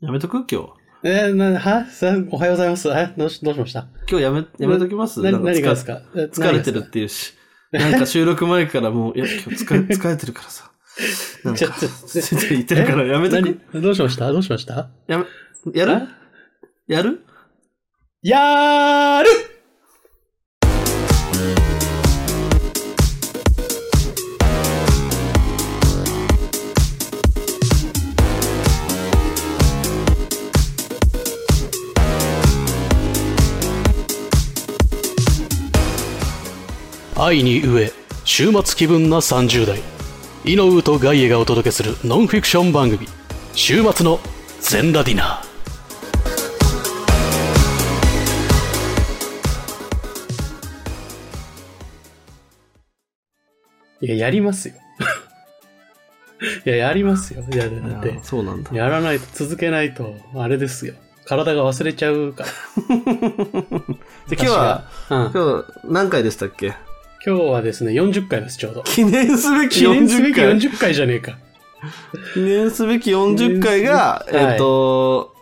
やめとく今日。えー、な、はさおはようございます。えどうし、どうしました今日やめ、やめときますななんか疲何がですか疲えれて何るがっでていうし。なんか収録前からもう、いや、今日疲 れ、疲れてるからさ。なんか、ちょちょついて言ってるからやめとくすか何どうしましたどうしましたやめ、やるやるやーる愛に飢え週末気分な30代イノウとガイエがお届けするノンフィクション番組「週末の全ラディナー」いや、やりますよ。 いや、やりますよ。いや、だっあてー、そうなんだ。やらないと、続けないと、あれですよ。体が忘れちゃうから。で今日は、私が、う今ん、日何回でしたっけ今日はですね、40回です、ちょうど。記念すべき記念すべ40き回。 40回じゃねえか。記念すべき40回が、記念すべきえっと、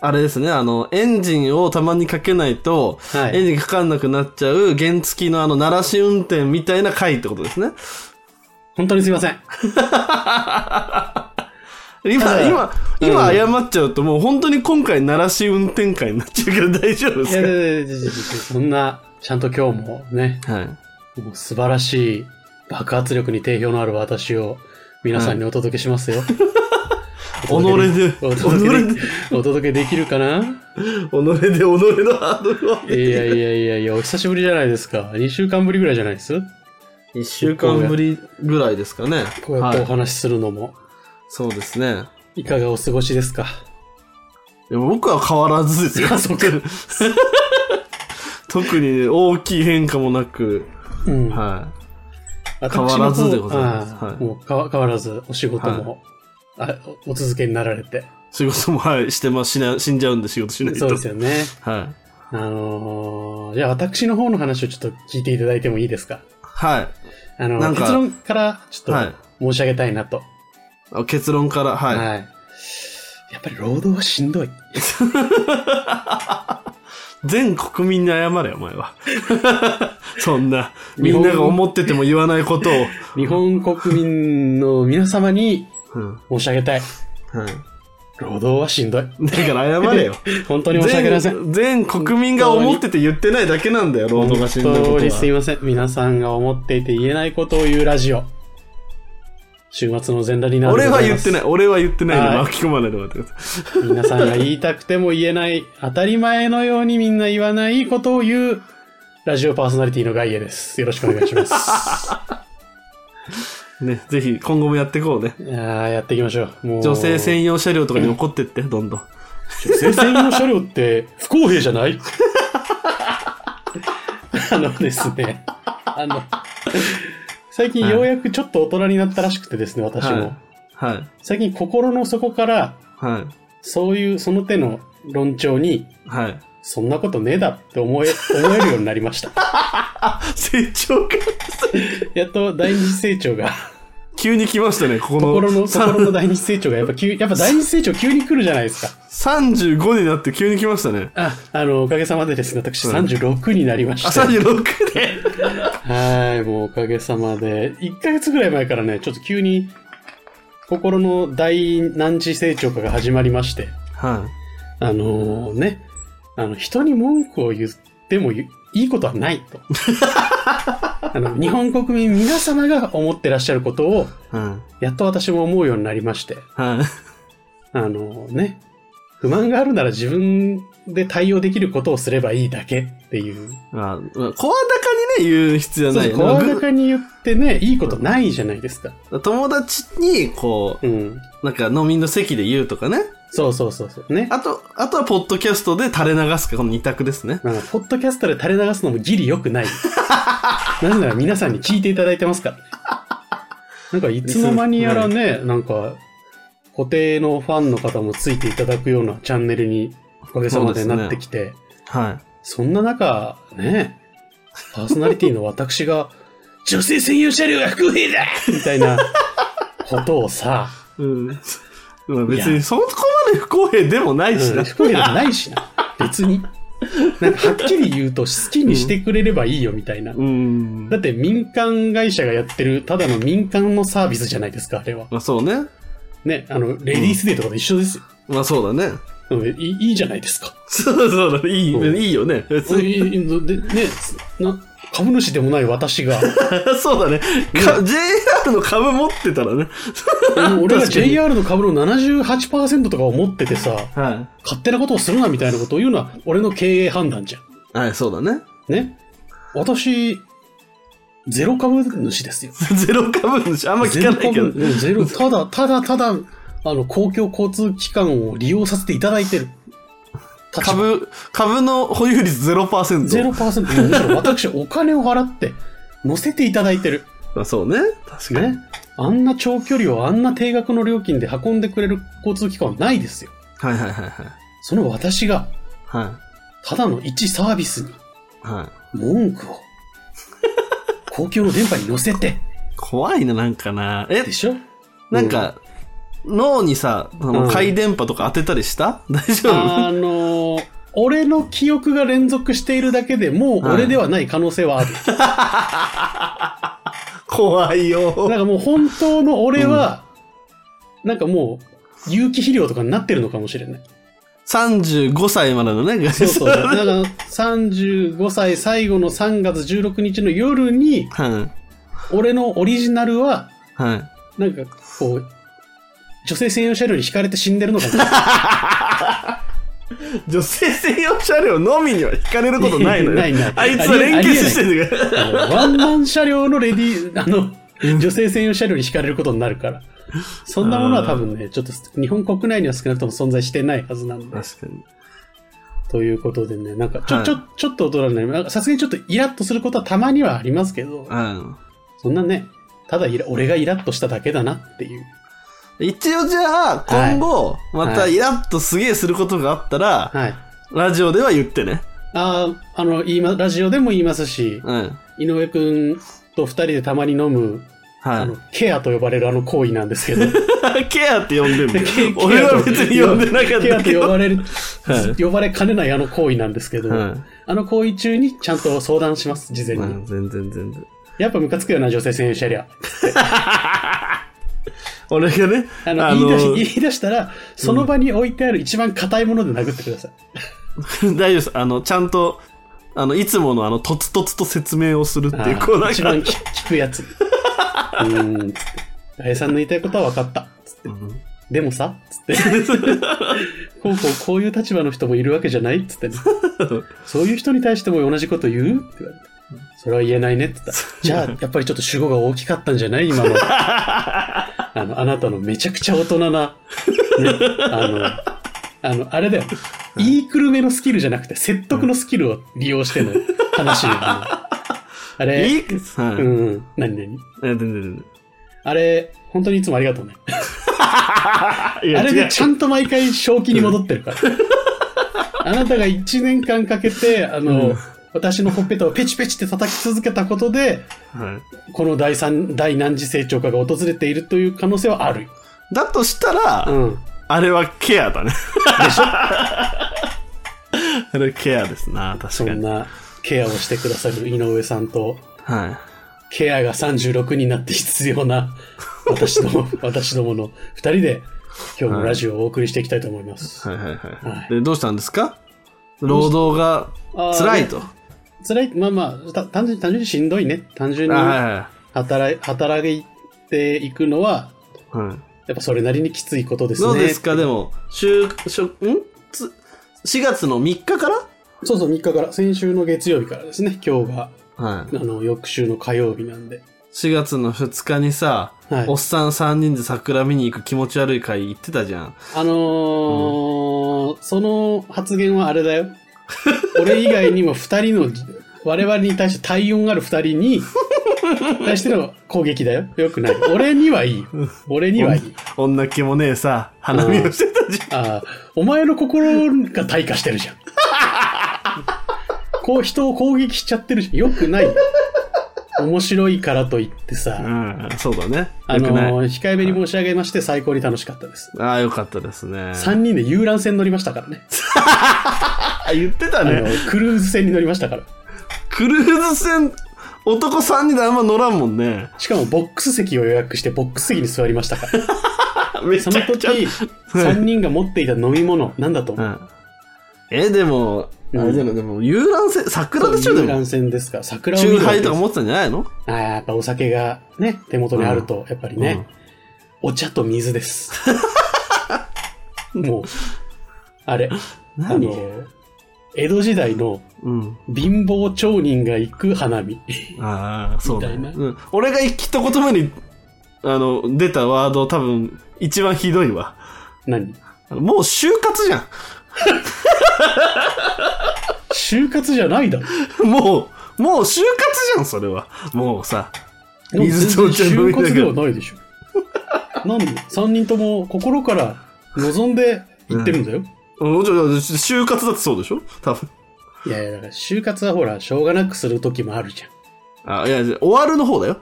あれですね、あの、エンジンをたまにかけないと、はエンい。ジンかかんなくなっちゃう原付きのあの、鳴らし運転みたいな回ってことですね。本当にすいません。今、うん今、今謝っちゃうともう本当に今回鳴らし運転会になっちゃうけど大丈夫でいやいやすいやいやいやいやそんな、ちゃんと今日もね、かはい。もう素晴らしい爆発力に定評のある私を皆さんにお届けします よ。己で、お己届けでで、お届けできる かな己で、己のハードルを。いやいやいやいや、お久しぶりじゃないですか。2週間ぶりぐらいじゃないです一週間ぶりぐらいですかね。こうやっておはい。話しするのも。そうですね。いかがお過ごしですかいや僕は変わらずですよ。そうか特にね大きい変化もなく、うん。は私の方変わらずでございますああはいもうか変わらず、お仕事も、あおお続けになられて。い。仕事も、はい、してます。しな死んじゃうんで仕事しないと。そうですよね。はい。あのーじゃあ私の方の話をちょっと聞いていただいてもいいですかはい。あのなんか結論からちょはっいと申し上げたいなと。あ結論から、はい。やっぱり労働はしんどい。全国民に謝れ、お前は。 そんな、みんなが思ってても言わないことを。日本国民の皆様にうん。は申し上げたい。い。労働はしんどい。だから謝れよ。 本当に申し訳ありません。全全国民が思ってて言ってないだけなんだよ、労働が死んだこと本当にすいは。ません。皆さんが思っていて言えないことを言うラジオ。週末の全裸になる俺は言ってない、俺は言ってないの、はい巻き込まないでもらってください。皆さんが言いたくても言えない、当たり前のようにみんな言わないことを言う、ラジオパーソナリティのガイエです。よろしくお願い します。ね、ぜひ今後もやっていこうね。いやーやっていきましょう。もう女性専用車両とかに怒ってって、どんどん。女性専用車両って不公平じゃないあのですね、あの、最近ようやくちょっと大人になったらしくてですね、私も。はい。はい。最近心の底から、はい。そういうその手の論調に、はい。そんなことねえだって思え、思えるようになりました。成長が、やっと第二次成長が、急に来ましたね、ここの。心の、さん心の第二次成長が、やっぱ急、やっぱ第二次成長急に来るじゃないですか。 35になって急に来ましたね。あ、あの、おかげさまでですね、私うん36になりましあ、た。 36で。はい、もうおかげさまで、1ヶ月ぐらい前からね、ちょっと急に、心の第何次成長かが始まりまして、はい。あのね、あの、人に文句を言ってもいいことはないと。あの、日本国民皆様が思ってらっしゃることを、うん。やっと私も思うようになりまして、はい。あのね、不満があるなら自分で対応できることをすればいいだけっていう。まあ、まあ、声高にね、言う必要はそうないそう、よ声ね。高に言ってね、いいことないじゃないですか。僕友達に、こうん。う、なんか飲みの席で言うとかね。そうそうそうそう。ね。あと、あとはポッドキャストで垂れ流すか、この二択ですね。まあポッドキャストで垂れ流すのもギリ良 くない。なぜなら皆さんに聞いていただいてますからね。なんかいつの間にやらね、なんか、固定のファンの方もついていただくようなチャンネルにおかげさまでなってきて、はそんな中、ね、パーソナリティの私が、女性専用車両が不 平だみたいなことをさ、 い。うん。まあ別にそこに不公平でもないしうな。ん不公平でもないしな。別に。なんかはっきり言うと好きにしてくれればいいよみたいな。うん。だって民間会社がやってるただの民間のサービスじゃないですか、あれは。まあそうね。ね、あの、レディースデーとかと一緒ですよ。まあそうだね。うんいいいいじゃないですか。そうそうだね。いい、うんいいよね。別うん に。いいでね、な株主でもない私が、そうだね。か JR の株持ってたらね。俺が確かに JR の株の78%とかを持っててさ、は勝手なことをするなみたいなことを言うのは、俺の経営判断じゃん。い。はい、そうだね。 ね。私、ゼロ株主ですよ。ゼロ株主、あんま聞かないけど。ゼロ株ゼロただ、ただ、ただ、あの、公共交通機関を利用させていただいてる。立場株、株の保有率0%。ゼロパーセント。むしろ私、お金を払って、乗せていただいてる。まあそうね。確かに。ね。あんな長距離をあんな定額の料金で運んでくれる交通機関はないですよ。はいはいはいはい。その私が、はい。ただの一サービスにはい。文句 を、公共の電波に乗せて、怖いな、なんかな。えで、しょなん、か、脳にさ、あうの、ん回電波とか当てたりした 大うん丈夫あのー俺の記憶が連続しているだけでもう俺ではない可能性 はある。怖いよ。なんかもう本当の俺は、なんかもう、有機肥料とかになってるのかもしれない。 35歳までのね、ガそうリ そう。さん。なんか35歳最後の3月16日の夜に、はい。俺のオリジナルは、はい。なんかこう、女性専用車両に引かれて死んでるのかもしれない。女性専用車両のみには引かれることないのよ。 ないないあいつは連結してるから。あのワンマン車両のレディー、あの、女性専用車両に引かれることになるから。そんなものは多分ね、ちょっと日本国内には少なくとも存在してないはずなんで。確かに。ということでね、なんかちはょ、いちょ、ちょっと大人になります。さすがにちょっとイラッとすることはたまにはありますけど、うん。そんなね、ただイラ俺がイラッとしただけだなっていう。一応じゃあ、今後、またはいイラッとすげえすることがあったら、はい。ラジオでは言ってね。あーあの、言いま、ラジオでも言いますし、うん。井上くんと二人でたまに飲む、あはの、ケアと呼ばれるあの行為なんですけど。い。 ケアって呼んでん だよケア。と俺は別に呼んでなかっ ケアたけと呼ど。ばれる、は呼ばれかねないあの行為なんですけど、はいあの行為中にちゃんと相談します、事前に。まあ、全然全然。やっぱムカつくよな、女性専用車両。俺がね、 あの、言い出 し、言い出したら、その場に置いてある一番硬いもので殴ってください。大丈夫です。あの、ちゃんと、あの、いつものあの、とつとつと説明をするっていう、あーこうなん一か、番き聞くや つ。うーん、つって。大江さんの言いたいことは分かった。つって。うんでもさ、つって。 こうこう、こういう立場の人もいるわけじゃないつってね。 そういう人に対しても同じこと言うって言われて。それは言えないねって言ったら。 じゃあ、やっぱりちょっと主語が大きかったんじゃない 今の。あの、あなたのめちゃくちゃ大人な、ね、あの、あの、あれだよ。言いくるめのスキルじゃなくて、説得のスキルを利用しての話 よあのあれ、いいはい。ういん、何何や全然全然。あれ、本当にいつもありがとうね。あ、いあれでちゃんんと毎回正気に戻ってるから。あなたが1年間かけて、あの、うん私のほっぺたをペチペチって叩き続けたことで、はい。この第三、第何次成長化が訪れているという可能性はある。だとしたら、うん。であれはケアだね。 しょあれはケアですな、確そかんに。なケアをしてくださる井上さんと、はい。ケアが36になって必要な 私ど も、私どもの2人で、今日もラジオをお送りしていきたいと思います。はいはいはい。はいで、どうしたんですか労働があー辛いと。辛い、まあまあ、た単純に、単純にしんどいね。単純あにはいは働い、働いていくのは、いはい。やっぱそれなりにきついことですね。どうですか、でも、就職、んつ ?4 月の3日からそうそう、3日から、先週の月曜日からですね、今日が、はいあ。の、翌週の火曜日なんで。 4月の2日にさ、はいおっさん3人で桜見に行く気持ち悪い会行ってたじゃん。あのーその発言はあれだよ。俺以外にも2人の、我々に対して体温ある2人に、対しての攻撃だよ。よくない。俺にはいいよ。俺にはいい。女気もねえさ、花見をしてたじゃん。ああ、お前の心が退化してるじゃん。こう、人を攻撃しちゃってるじゃん。よくないよ。面白いからといってさ、うん、そうだね。あよくない。のー控えめに申し上げまして最高に楽しかったです。ああ、よかったですね。 3人で遊覧船乗りましたからね。あ、言ってたあねの。クルーズ船に乗りましたから。クルーズ船、男3人であんま乗らんもんね。しかもボックス席を予約してボックス席に座りましたから。 めちそのゃく時、ちゃ。 3人が持っていた飲み物、なんだとう。思うんえ、でも、あうんれじゃない、でも、遊覧船、桜でしょ、で遊も覧。船ですから、桜を見中るわけ杯ですとか持ってたんじゃないのあーやっぱお酒がね、手元にあると、やっぱりね、お茶と水 です。もう、あれ、あ何の、江戸時代のうん。貧乏町人が行く花見。ああ、そうだ、ねみたいうん。俺が一言目に、あの、出たワード多分、一番ひどいわ。何あのもう就活じゃ就活じゃないだろ。ん。 もう、もう就活じゃん、それは。もうさ。水とお茶飲就みながら活ではないでしょ。なんで、3人とも心から望んで行ってるんだよ。うんじゃあ就活だってそうでしょ多分。いやいや、だから就活はほら、しょうがなくする時もあるじゃん。あ、いや、終わるの方だよ。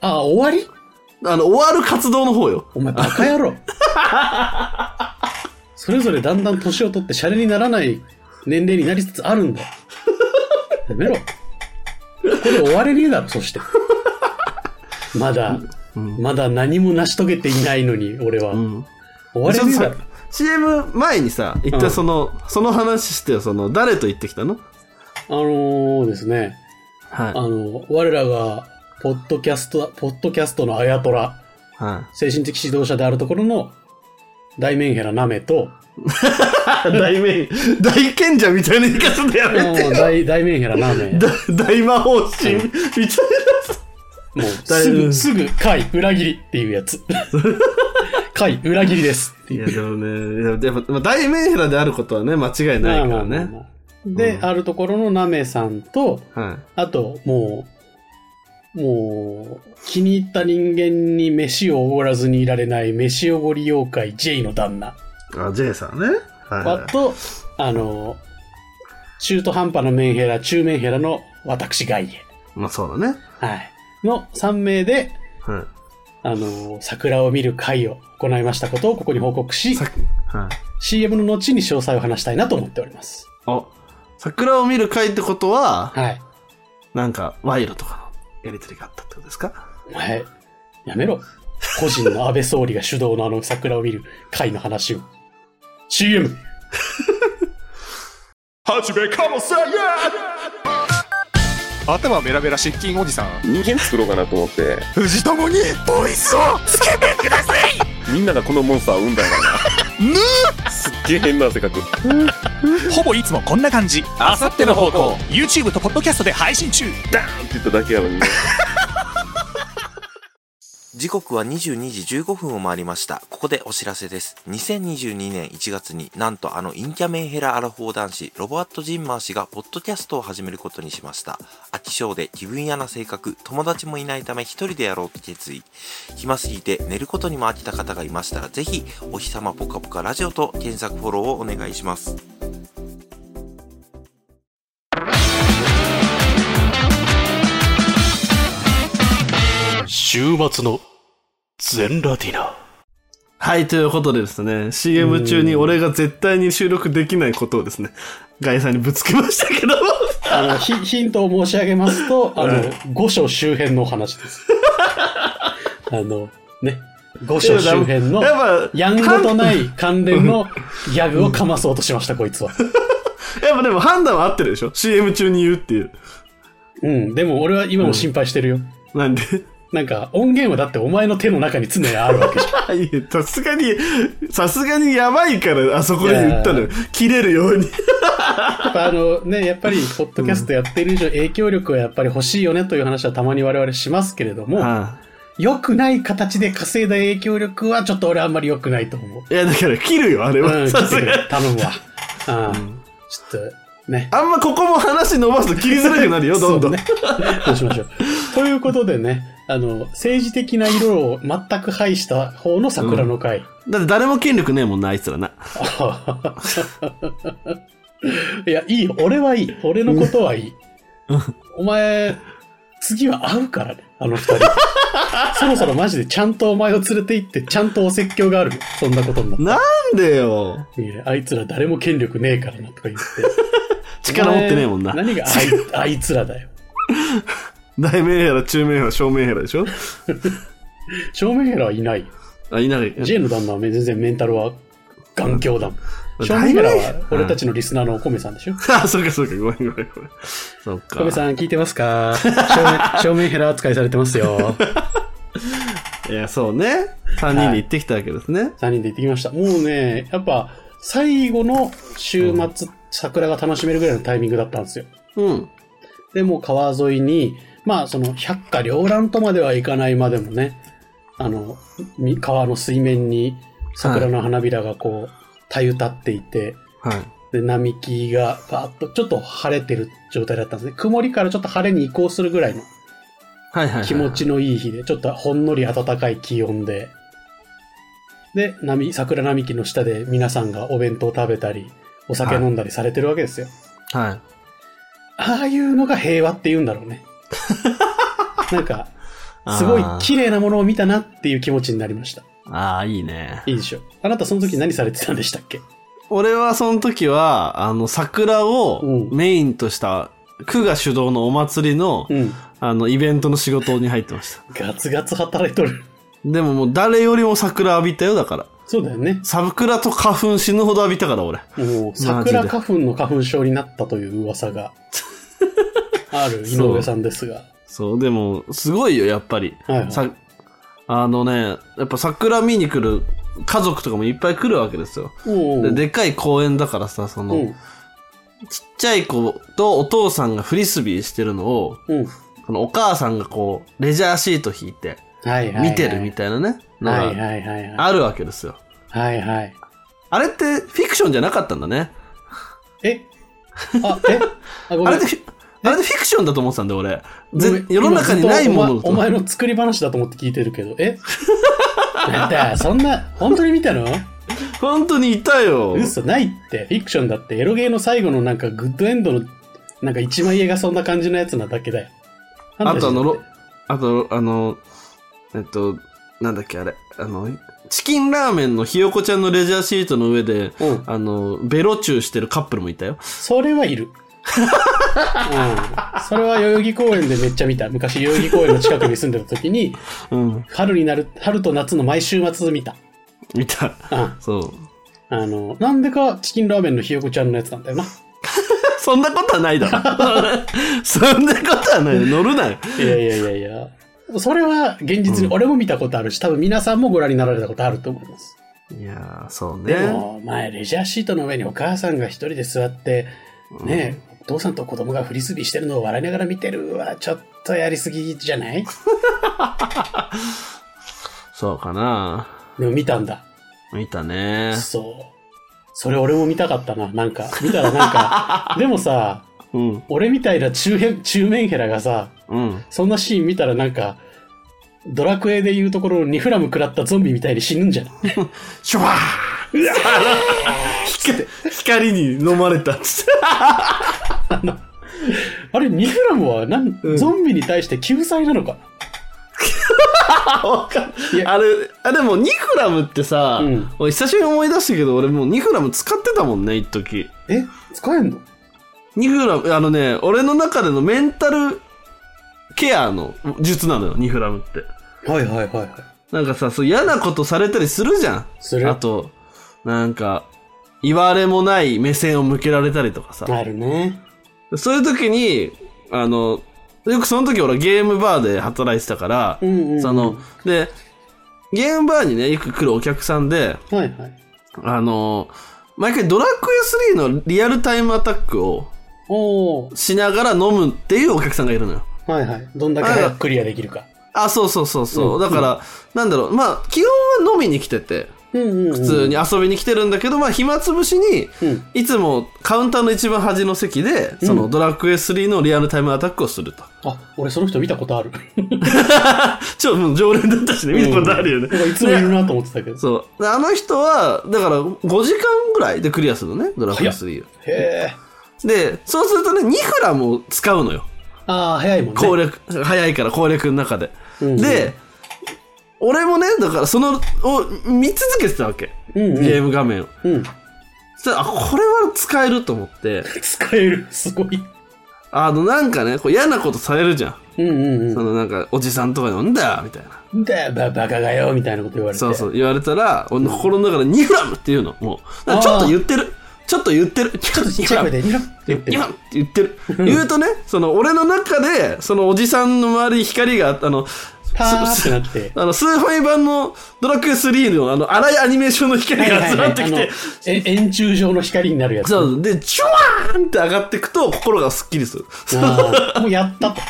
あ、終わりあの、終わる活動の方よ。お前バカ 野郎。それぞれだんだん年を取ってシャレにならない年齢になりつつあるんだよ。やめろ。ここで終われねえだろ、そして。まだ、うん。まだ何も成し遂げていないのに、俺は。うん。終われねえだちょろっとさ。CM 前にさ、一うん旦その、その話してよ、その、誰と行ってきたのあのーですね、はいあ。の、我らが、ポッドキャスト、ポッドキャストのあやとら、はい。精神的指導者であるところの、大メンヘラなめと、大名、大賢者みたいな言い方でやあのめて。大大メンヘラなめ。だ大魔法神みたいな。もう、大す丈夫ぐ、すぐ、回、裏切りっていうや つ。回、裏切りですっていいう。や、でもね、やっぱ、まあ、大メンヘラであることはね、間違いないからまねあま。あまあまあで、うんあるところのなめさんと、はあと、もう、もう、気に入った人間に飯をおごらずにいられない、飯おごり妖怪 J の旦那。い。あ、J さんね。はいはあと、あの、中途半端なメンヘラ、中メンヘラの私ガイエ。い。まあ、そうだね。はい。の3名で、はあの、桜を見る会を行いましたことをここに報告い。し、さはい。 CM の後に詳細を話したいなと思っております。あ、桜を見る会ってことは、はい。なんか、賄賂とかのやりとりがあったってことですかお前、やめろ。個人の安倍総理が主導のあの桜を見る会の話を。CM! 始めかもせん頭ベラベラ失禁おじさん人間作ろうかなと思って藤友にボイスをつけてくださいみんながこのモンスターを産んだよなすっげえ変な性格ほぼいつもこんな感じあさっての方向 YouTube とポッドキャストで配信中って言っただけやのにね時刻は22時15分を回りました。ここでお知らせです。2022年1月になんとあのインキャメンヘラアラフォー男子ロバート・ジンマー氏がポッドキャストを始めることにしました。飽き性で気分屋な性格、友達もいないため一人でやろうと決意。暇すぎて寝ることにも飽きた方がいましたらぜひお日様ぽかぽかラジオと検索フォローをお願いします。週末の全ラティナ。はい、ということでですね、CM 中に俺が絶対に収録できないことをですね、ガイさんにぶつけました けど、あの、ヒヒントを申し上げますと、あの、五所周辺のお話です。あの、ね、五所周辺の、やっぱ、やんごとない関連のギャグをかまそうとしました、こいつは。やっぱでも判断は合ってるでしょ ?CM 中に言うっていう。うん、でも俺は今も心配してるよ。なんでなんか、音源はだってお前の手の中に常にある わけじゃん。いやさすがに、さすがにやばいから、あそこで言ったのよ。切れるように。やっぱあのね、やっぱり、ポッドキャストやってる以上、影響力はやっぱり欲しいよねという話はたまに我々しますけれ ども、あ良くない形で稼いだ影響力はちょっと俺あんまり良くないと思う。あいや、だから切るよ、あれうは。ん、さす切ってくがにれ頼 むわ。ああ、ちょっと、ね。あんまここも話伸ばすと切りづらくなるよ、どんどん。そう ね。どうしましょう。ということでね、あの、政治的な色を全く排した方の桜 の会。だって誰も権力ねえもんな、あいつらな。いや、いいよ。俺はいい。俺のことはいい。お前、次は会うからね、あの二人。 そろそろマジでちゃんとお前を連れて行って、ちゃんとお説教があるよ。そんなことになっなんでよ。て。いやあいつら誰も権力ねえからなとか言って。力持ってねえもんなお。前何があい あいつらだよ。大名ヘラ、中名ヘラ、小名ヘラでしょ正面ヘラはいないよ。あ、いない。 J の旦那は全然メンタルは頑強だもん。正面ヘラは俺たちのリスナーのお米さんでしょ。 あ、そうかそうか、ごめんごめんごめん。そうおか。米さん聞いてますか正 面正面ヘラ扱いされてますよ。いや、そうね。3人で行ってきたわけですね。 3人で行ってきました。もうね、やっぱ、最後の週末、桜が楽しめるぐらいのタイミングだったんですよ。うん。で、もう川沿いに、まあ、その、百花繚乱とまではいかないまでもね、あの、み川の水面に桜の花びらがこう、たゆたっていて、はい。で、並木がバーッと、ちょっと晴れてる状態だったんですね。曇りからちょっと晴れに移行するぐらいのはいはい、はい。気持ちのいい日で、ちょっとほんのり暖かい気温で、で、波、桜並木の下で皆さんがお弁当食べたり、お酒飲んだりされてるわけですよ。はい。ああいうのが平和って言うんだろ うね。なんか、すごい綺麗なものを見たなっていう気持ちになりました。ああ、いいね。いいでしょ。あなたその時何されてたんでしたっけ俺はその時は、あの、桜をうんメインとした、区が主導のお祭りの、うん。あの、イベントの仕事に入ってました。ガツガツ働いとる。でももう誰よりも桜浴びたよ、だから。そうだよね。桜と花粉死ぬほど浴びたから、俺。もう、ジで桜花粉の花粉症になったという噂がある井上さんですが。そう、でも、すごいよ、やっぱり。はいはいさあのね、やっぱ桜見に来る家族とかもいっぱい来るわけですよ。おうででかい公園だからさ、その、うんちっちゃい子とお父さんがフリスビーしてるのを、うん。このお母さんがこう、レジャーシート引いて、はいはい、はい。見てるみたいなね、のはいがはいはいはい。あるわけですよ。はいはい。あれってフィクションじゃなかったんだね。えあ、えあ、ごめんあれってフィ、あれってフィクションだと思ってたんだよ、俺。ごめぜん世の中にないもの今ずっとお前お前の作り話だと思って聞いてるけど、え なんだ、そんな、本当に見たの本当にいたよ。嘘ないって。フィクションだって、エロゲーの最後のなんかグッドエンドの、なんか一枚絵がそんな感じのやつなだけだよ。あとあの、ファンタジーだっろあと、あの、えっと、なんだっけ、あれ。あの、チキンラーメンのひよこちゃんのレジャーシートの上で、てうん。あの、ベロチューしてるカップルもいたよ。それはいる。うん、それは代々木公園でめっちゃ見た。昔代々木公園の近くに住んでた時に、うん。春になる、春と夏の毎週末見た。 いた。うん。そう。あの、なんでかチキンラーメンのひよこちゃんのやつなんだよな。そんなことはないだろ。 そんなことはないよ。乗るなよ。いやいやいやいや。それは現実に俺も見たことあるし、多分皆さんもご覧になられたことあると思います。いやー、そうでね。も、お前、レジャーシートの上にお母さんが一人で座って、ねえ、お父さんと子供がフリスビーしてるのを笑いながら見てるは、ちょっとやりすぎじゃないそうかな。でも見たんだ。見たね。そう。それ俺も見たかったな、なんか。見たらなんか、でもさ、うん。俺みたいな中辺中面ヘラがさ、うん。そんなシーン見たらなんか、ドラクエでいうところのニフラム食らったゾンビみたいに死ぬんじゃないシュワー 光光に飲まれたっつって。あれ、ニフラムはなん、うんゾンビに対して救済なのかい やあれ、あ、でもニフラムってさ、うん俺久しぶりに思い出したけど、俺もうニフラム使ってたもんね、一時え使えんのニフラム、あのね、俺の中でのメンタルケアの術なのよ、ニフラムって。はいはいはいはい。なんかさ、そう嫌なことされたりするじゃん。するあと、なんか、言われもない目線を向けられたりとかさ。あるね。そういう時に、あの、よくその時俺ゲームバーで働いてたから、うんうんうんその、で、ゲームバーにね、よく来るお客さんで、はいはい。あの、毎回ドラクエ3のリアルタイムアタックをおお。しながら飲むっていうお客さんがいるのよ。はいはい。どんだけ早くクリアできるか。あ、そうそうそうそう。だから、なんだろう、まあ、基本は飲みに来てて、うんうん、うん。普通に。遊びに来てるんだけど、まあ、暇つぶしに、うん。いつもカウンターの一番端の席で、そのドラクエ3のリアルタイムアタックをすると。 あ、俺その人見たことある。ちょ、もう常連だったしね、 見たことあるよね。なんかいつもいるなと思ってたけど。そう。であの人は、だから5時間ぐらいでクリアするのね、ドラクエ3を。へえ。で、そうするとね、ニフラムを使うのよ。ああ、早いもんね。攻略、早いから攻略の中で。うんで、俺もね、だからその、を見続けてたわけ。うんうんゲーム画面を。うん。そしたら、あ、これは使えると思って、使える。すごい。あの、なんかね、こう嫌なことされるじゃん。うんうんそのなんか、おじさんとか呼んだよみたいな。うん。だ、ば、バカがよ、みたいなこと言われて。そうそう、言われたら、俺の心の中でニフラムっていうの、もう。だからちょっと言ってる。ちょっと言ってる。ちちょっとちっちゃい声で、ニラニフラムって言ってる。言うとね、その、俺の中で、そのおじさんの周りに光が、あの、パーってなって。あの、スーファミ版のドラクエ3のあの、荒いアニメーションの光が集まってきて、え円柱状の光になるやつ。そう、で、チュワーンって上がっていくと、心がスッキリする。あーもうやっ たと。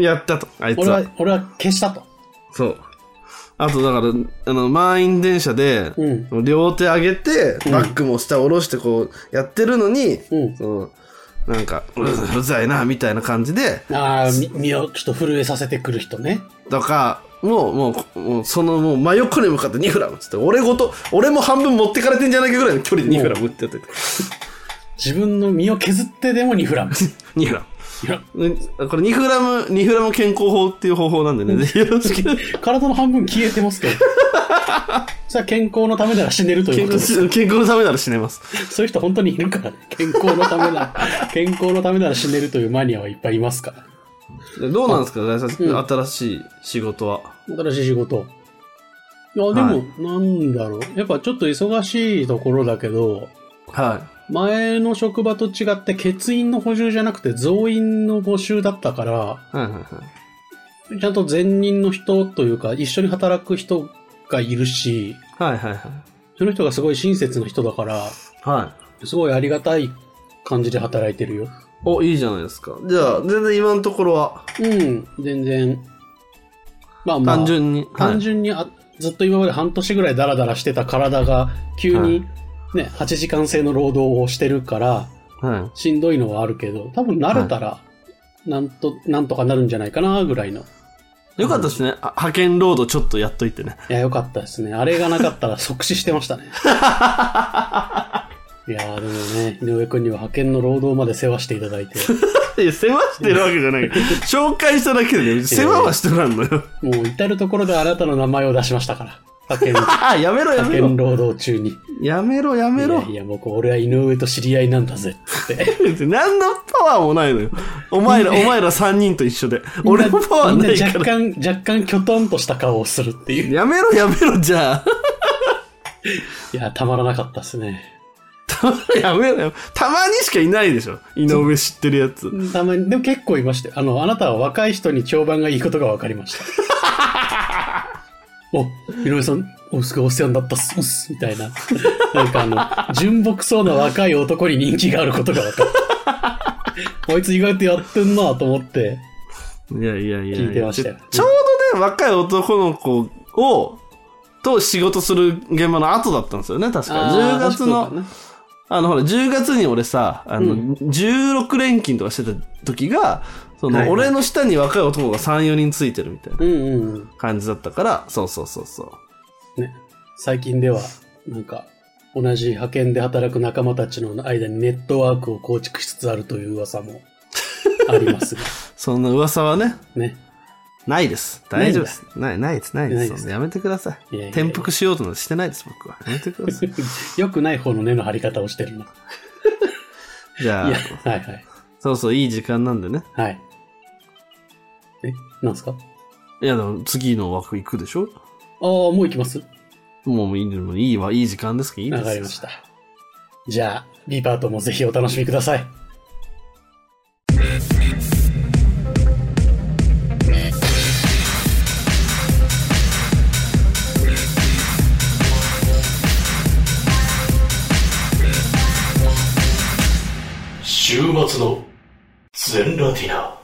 やったと、あいつ俺はは。、俺は消したと。そう。あと、だから、あの、満員電車で、う両手上げて、バッグも下下ろして、こう、やってるのに、うんそのなんか、うるうるさいな、みたいな感じで、ああ、み身をちょっと震えさせてくる人ね。とか、もう、もう、もうその、もう、真横に向かってニフラムっつって、俺ごと、俺も半分持ってかれてんじゃないかぐらいの距離でニフラムってやってて。 自分の身を削ってでもニフ ラム。ニフラニフラムム。ねこれニフラム、ニフラム健康法っていう方法なんでね、ぜひよろしく。体の半分消えてます けど。それは健康のためなら死ねるという健ことです。康健康のためなら死ねます。そういう人本当にいるから、ね、健康のため なら、健康のためなら死ねるというマニアはいっぱいいますから。でどうなんですか、大佐うん新しい仕事は。新しい仕事。いや、でも、はいなんだろう。やっぱちょっと忙しいところだけど、は前の職場と違って欠員の補充じゃなくて増員の募集だったから、い。はいはいはい。ちゃんと前任の人というか、一緒に働く人がいるし、はいはいはい。その人がすごい親切な人だから、はい。すごいありがたい感じで働いてるよ。お、いいじゃないですか。じゃあ、全然今のところは、うん、全然。まあまあ、単純に。単純にあずっと今まで半年ぐらいダラダラしてた体が急はにいね、8時間制の労働をしてるから、はい。はいしんどいのはあるけど、多分慣れたら、なんと、なんとかなるんじゃないかな、ぐらいの。いよかったですね。あ派遣労働ちょっとやっといてね。や、よかったですね。あれがなかったら 即死してま したね。いやーでもね、井上くんには派遣の労働まで世話していただいて、いや、世話してるわけじゃない。 紹介しただけでね、世話はしてらんのよ。もう至るところであなたの名前を出しましたから。派遣、あ、やめろ や派め遣ろ。労働中に。 やめろやめろいや。いや、僕、俺は井上と知り合いなんだぜ、って。何のパワーもないのよ。お前ら、お前ら3人と一緒で。俺もパワーみんなない若から。干、若干、きょとんとした顔をするっていう。やめろやめろ、じゃあ。 いや、たまらなかったですね。やめろやめろ。たまにしかいないでしょ。井上知ってるやつ。たまに、でも結構いましたよ。あの、あなたは若い人に評判がいいことが分かり ました。お、井上さん、お、すごいお世話になったっす、うっす、みたいな。なんかあの、純朴そうな若い男に人気があることが分かった。こいつ意外とやってんなと思っていやいやいや聞いてましたよ。ちょうどね、若い男の子を、と仕事する現場の後だったんですよね、確か。10あー月の、あの、ほら、10月に俺さ、あの、うん16連勤とかしてた時が、その、はいはい俺の下に若い男が3、4人ついてるみたいなうんうんうん。感じだったから、そうそうそうそう。ね、最近では、なんか、同じ派遣で働く仲間たちの間にネットワークを構築しつつあるという噂もありま すが、そんな噂はね、ね。ないです。ない大んだ丈夫です。ない、ないです、ないなでいす。ですそんなやめてくださいい。やいやいや転覆しようとなんてしてないです、僕は。やめてください。 良くない方の根の張り方をしてるな。じゃいあや、、はいはい。そうそう、いい時間なんでね。はい。え、なんすかあいや、でも次の枠行くでしょあ、もう行きますもういい、もういいわ、いい時間ですけど、いいでわす。かりました。じゃあ、B パートもぜひお楽しみください。週末のゼンラティナ